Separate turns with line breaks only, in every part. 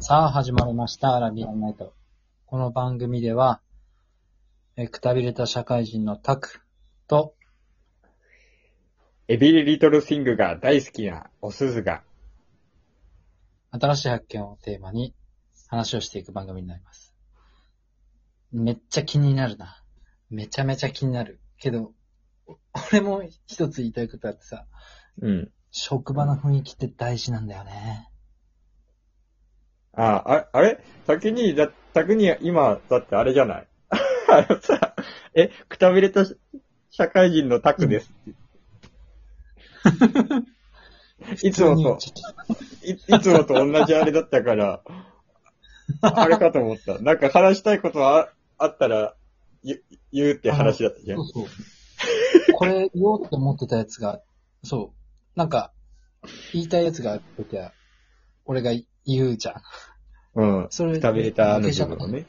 さあ、始まりました。ラビアンナイト。この番組では、えーくたびれた社会人のタクと、
エビリリトルシングが大好きなおすずが、
新しい発見をテーマに話をしていく番組になります。めっちゃ気になるな。めちゃめちゃ気になる。けど、俺も一つ言いたいことあってさ、
うん。
職場の雰囲気って大事なんだよね。
あ、あ、あれ先に、だ、先に今、だってあれじゃない あのさ、え、くたびれた社会人のタクです。いつ
普通
も
に
と、い、いつもと同じあれだった から、あれかと思った。なんか話したいことはああったら、ゆ言うって話だったじゃん
そう。そう。 これ言おうと思ってたやつが、そう。なんか、言いたいやつがあった時は、俺が言うじゃん。
うん。
それ、
くたびれたあの
抜けち
部
ゃっ
分をね。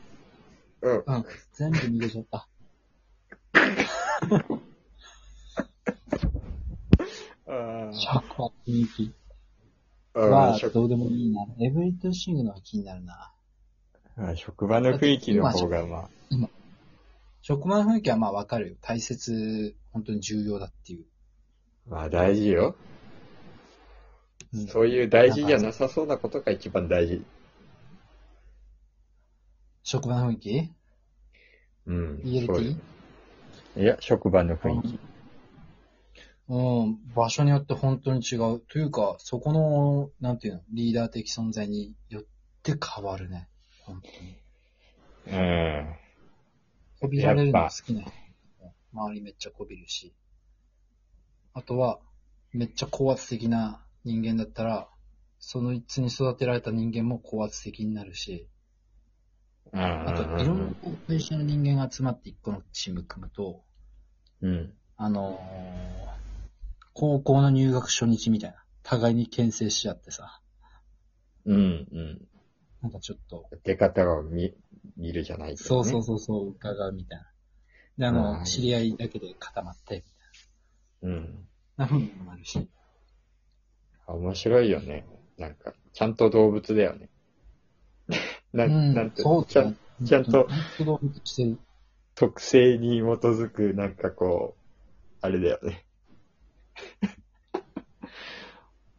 うん。
た。うん。全部逃げちゃった。
あ
シャークは雰囲気
ーうん
は
しょ
どうでもいいな。エブリッドシングのが気になるな。
あ職場の雰囲気の方が、まあ、
職場の雰囲気はまあわかるよ。大切、本当に重要だっていう。
まあ大事よ。
うん、
そういう大事じゃなさそうなことが一番大事。
職場の雰囲気
うん。そうよ
?ELT?
いや、職場の雰囲気。
うん、場所によって本当に違う。というか、そこの、なんていうの、リーダー的存在によって変わるね。本当に。
うん。
こびられるの好きな人。周りめっちゃこびるし。あとは、めっちゃ高圧的な人間だったら、そのいつに育てられた人間も高圧的になるし、
うん
あと、いろんな会社の人間が集まって一個のチーム組むと、
うん。
あのー高校の入学初日みたいな、互いに牽制し合ってさ、
うん。うん。
なんかちょっと、
出方を見、見るじゃないけ
そ
ど
う
ね
そうそうそう、伺うみたいな。で、あの、
うん
知り合いだけで固まって、
うん。
なふうにもあるし。
面白いよね。なんか、ちゃんと動物だよね。な、なんて、
そう
ちゃ
だね
んちゃんと。
本当にしてる。
特性に基づく、なんかこう、あれだよね。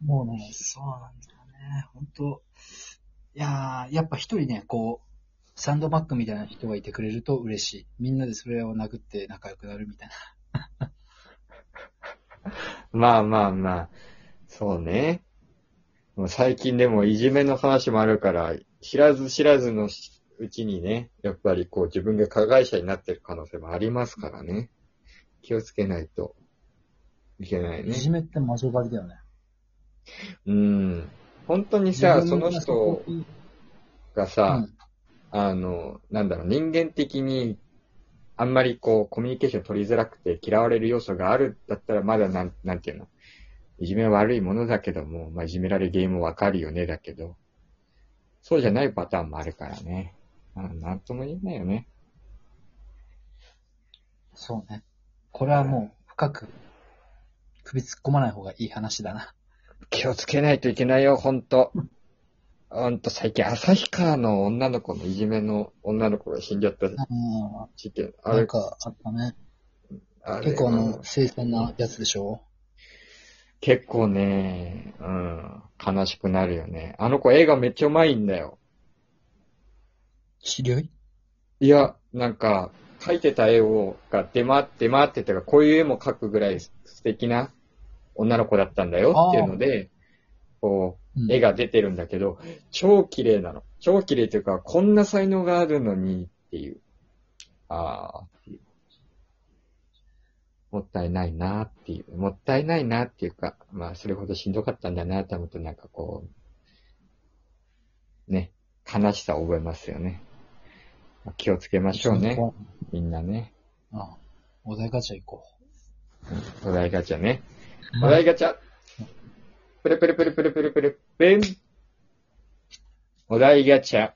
もうね、そうなんだよね。本当いやー、やっぱ一人ね、こう、サンドバッグみたいな人がいてくれると嬉しい。みんなでそれを殴って仲良くなるみたいな。
まあまあまあ、そうね。もう最近でもいじめの話もあるから、知らず知らずのうちにね、やっぱりこう自分が加害者になってる可能性もありますからね。気をつけないといけない
い
ね。
じめって魔女狩りだよね。
うん。本当にさ、そ
自分
の
が
人
うん
がさ、あの、なんだろう、人間的にあんまりこうコミュニケーション取りづらくて嫌われる要素があるんだったらまだなん、なんていうのいじめは悪いものだけども、まあ、いじめられる原因もわかるよねだけど、そうじゃないパターンもあるからね。うんなんとも言えないよね。
そうね。これはもう、深く、首突っ込まない方がいい話だな。
気をつけないといけないよ、ほんと。ほんと、最近、旭川の女の子のいじめの女の子が死んじゃった
う
事件。
ん。
あ
な
れ
ん、か、あったね。
あれ
結構あの、凄惨なやつでしょ
結構ね、うん、悲しくなるよね。あの子映画めっちゃうまいんだよ。
知り合い
いや、なんか、描いてた絵を、が出回って、出回ってたから、こういう絵も描くぐらい素敵な女の子だったんだよっていうので、こ
う
う、絵が出てるんだけど、超綺麗なの。超綺麗というか、こんな才能があるのにっていう。ああ、っていう。もったいないなっていう。もったいないなっていうか、まあ、それほどしんどかったんだなと思うと、なんかこう、ね、悲しさを覚えますよね。まあ気をつけましょうね。みんなね。
うん。お題ガチャ行こ
お題ガチャね。
う。
お題ガチャ。プルプルプルプルプルプルプン。お題ガチャ。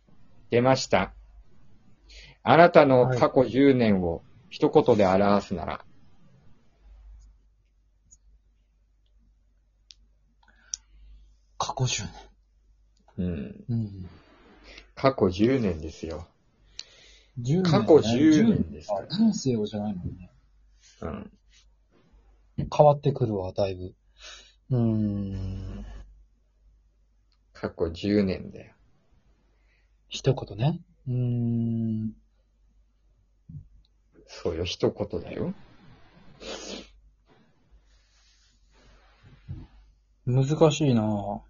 出ました。あなたの過去10年を一言で表すなら。
過去10年。
うん。
うん。
過去10年ですよ。
10
過去10年ですか
あ人生をじゃないもんね。
うん。
変わってくるわ、だいぶ。うーん。
過去10年だよ。
一言ね。うーん。
そうよ、一言だよ。
難しいなぁ。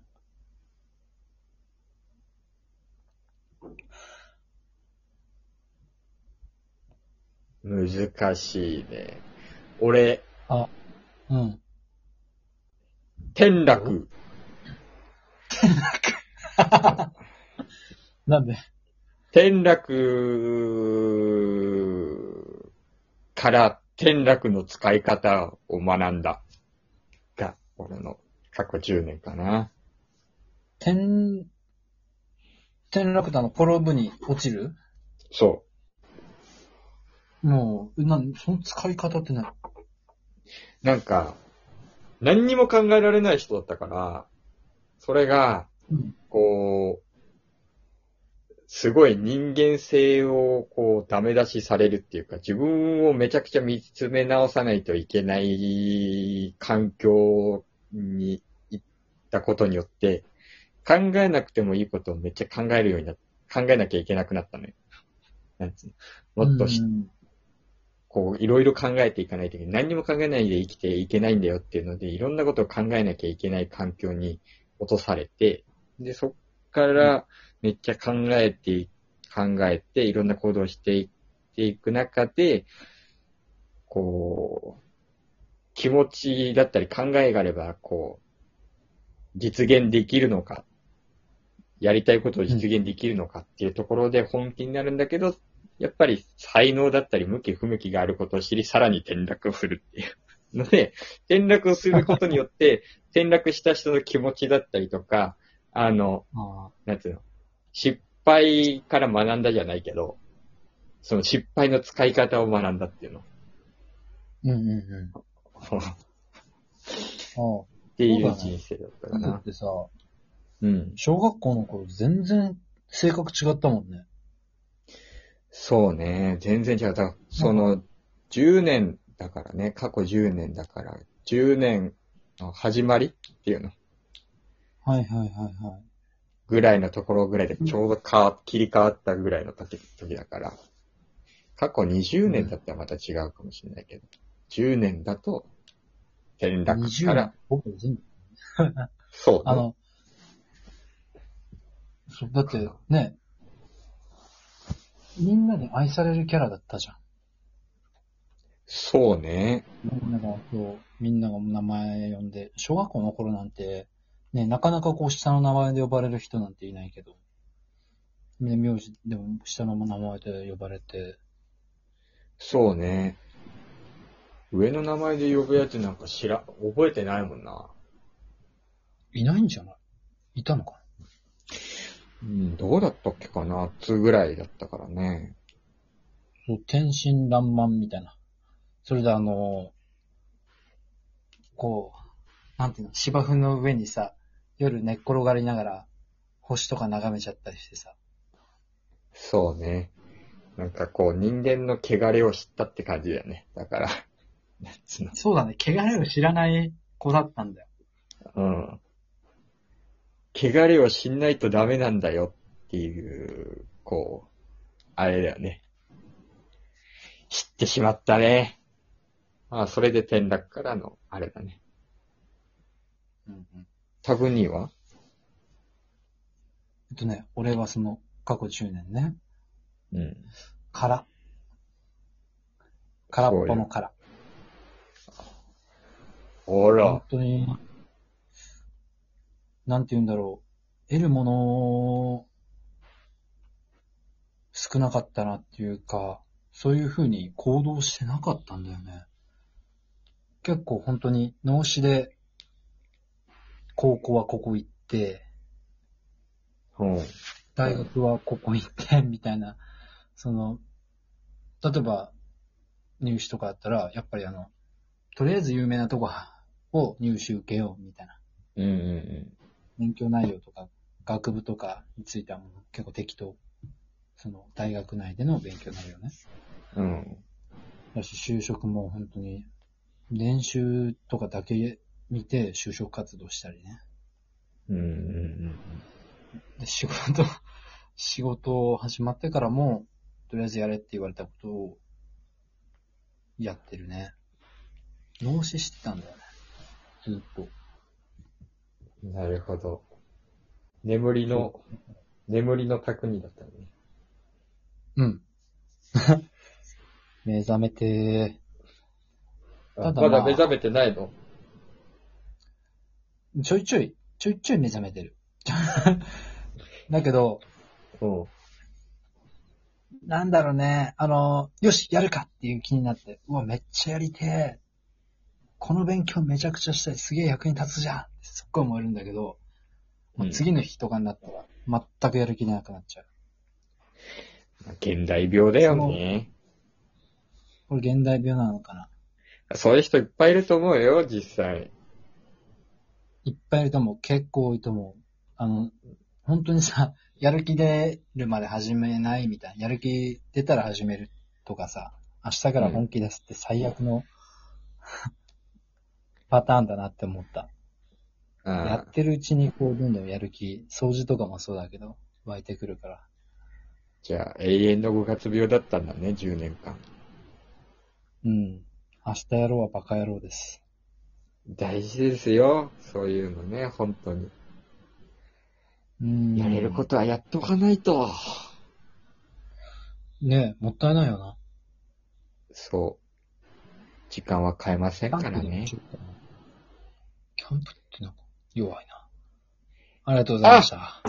難しいね。俺、
うん。
転落。
なんで
転落から転落の使い方を学んだ。が、俺の過去10年かな。
転、転落だの転ぶに落ちる
そ
もう、なん、その使い方ってな、
う。なんか、何にも考えられない人だったから、それが、
うん
こう、すごい人間性をこうダメ出しされるっていうか、自分をめちゃくちゃ見つめ直さないといけない環境に行ったことによって、考えなくてもいいことをめっちゃ考えるようになっ考えなきゃいけなくなったのよ。なんつうのもっとし
うん
こう、いろいろ考えていかないといけない。何にも考えないで生きていけないんだよっていうので、いろんなことを考えなきゃいけない環境に落とされて、で、そっからめっちゃ考えて、考えて、いろんな行動をしていっていく中で、こう、気持ちだったり考えがあれば、こう、実現できるのか、やりたいことを実現できるのかっていうところで本気になるんだけど、やっぱり才能だったり向き不向きがあることを知り、さらに転落をするっていう。ので、転落をすることによって、転落した人の気持ちだったりとか、あの、
あ
なんつうの、失敗から学んだじゃないけど、その失敗の使い方を学んだっていうの。
ーうんうんうん。あ
っ
あ。
てい
そう
う
だね
人生だったか
僕
な
っ。てさ、
うん。
小学校の頃全然性格違ったもんね。
そうね。全然違う。だからその、10年だからね。過去10年だから、10年の始まりっていうの
はいはいはいはい。
ぐらいのところぐらいで、ちょうど変わ切り替わったぐらいの時時だから、過去20年だったらまた違うかもしれないけど、10年だと、転落
20
から
年、。僕全部。
そう、ね。
あの、そうだってね、みんなに愛されるキャラだったじゃん。
そうね。
みんなが、そう、みんなが名前呼んで、小学校の頃なんて、ね、なかなかこう下の名前で呼ばれる人なんていないけど、ね、名字でも下の名前で呼ばれて、
そうね。上の名前で呼ぶやつなんか知ら、覚えてないもんな。
いないんじゃないいたのか
うん、どうだったっけかなつぐらいだったからね。
なそう、天真爛漫みたいな。それであの、こう、なんていうの、芝生の上にさ、夜寝っ転がりながら、星とか眺めちゃったりしてさ、
そうね。なんかこう、人間の汚れを知ったって感じだよね。だから、なんつうの。
そうだね、汚れを知らない子だったんだよ。
うん。汚れを知んないとダメなんだよっていう、こう、あれだよね。知ってしまったね。まあ、それで転落からの、あれだね。
うんうん
タグには
えっとね、俺はその過去10年ね、
うん。
空。空っぽの空。
ほ
本
ら。
当に、なんて言うんだろう。得るもの、少なかったなっていうか、そういう風に行動してなかったんだよね。結構本当に脳死で、高校はここ行って、
うん。
大学はここ行って、みたいな、その、例えば、入試とかだったら、やっぱりあの、とりあえず有名なとこを入試受けよう、みたいな。
うんうん
勉強内容とか学部とかについてはもう結構適当。その、大学内での勉強になるよね。
うん。
だし、就職も本当に、年収とかだけ見て就職活動したりね。
うん、うん、
で、仕事、 仕事を始まってからも、とりあえずやれって言われたことを、やってるね。脳死してたんだよね。ずっと。
うん。なるほど。眠りの、眠りの匠だったのね。
うん。 目覚めて、
あ
ただ
ま
まあ
だ目覚めてないの
ちょいちょい、ちょいちょい目覚めてる。 だけど、
うん。
なんだろうね、あの、よし、やるかっていう気になって、うわ、めっちゃやりてえ。この勉強めちゃくちゃしたい。すげえ役に立つじゃん。すっごい思えるんだけど、もう次の日とかになったら、全くやる気なくなっちゃう。
現代病だよね。
これ現代病なのかな。
そういう人いっぱいいると思うよ、実際。
いっぱいいると思う。結構多いと思う。あの、本当にさ、やる気出るまで始めないみたいな。やる気出たら始めるとかさ、明日から本気出すって最悪の、 パターンだなって思った。や
あ
ってるうちにこう、どんどんやる気、掃除とかもそうだけど、湧いてくるから。
じゃあ、永遠の五月病だったんだね、10年間。
うん。明日やろうはバカ野郎です。
大事ですよ、そういうのね、本当に。
うん。
やれることはやっとかないと。
ねえ、もったいないよな。
そう。時間は変えません
キャ
か
ン
ら
プでも
ね
ち。ょっとキャンプってなんか弱いな。ありがとうございました。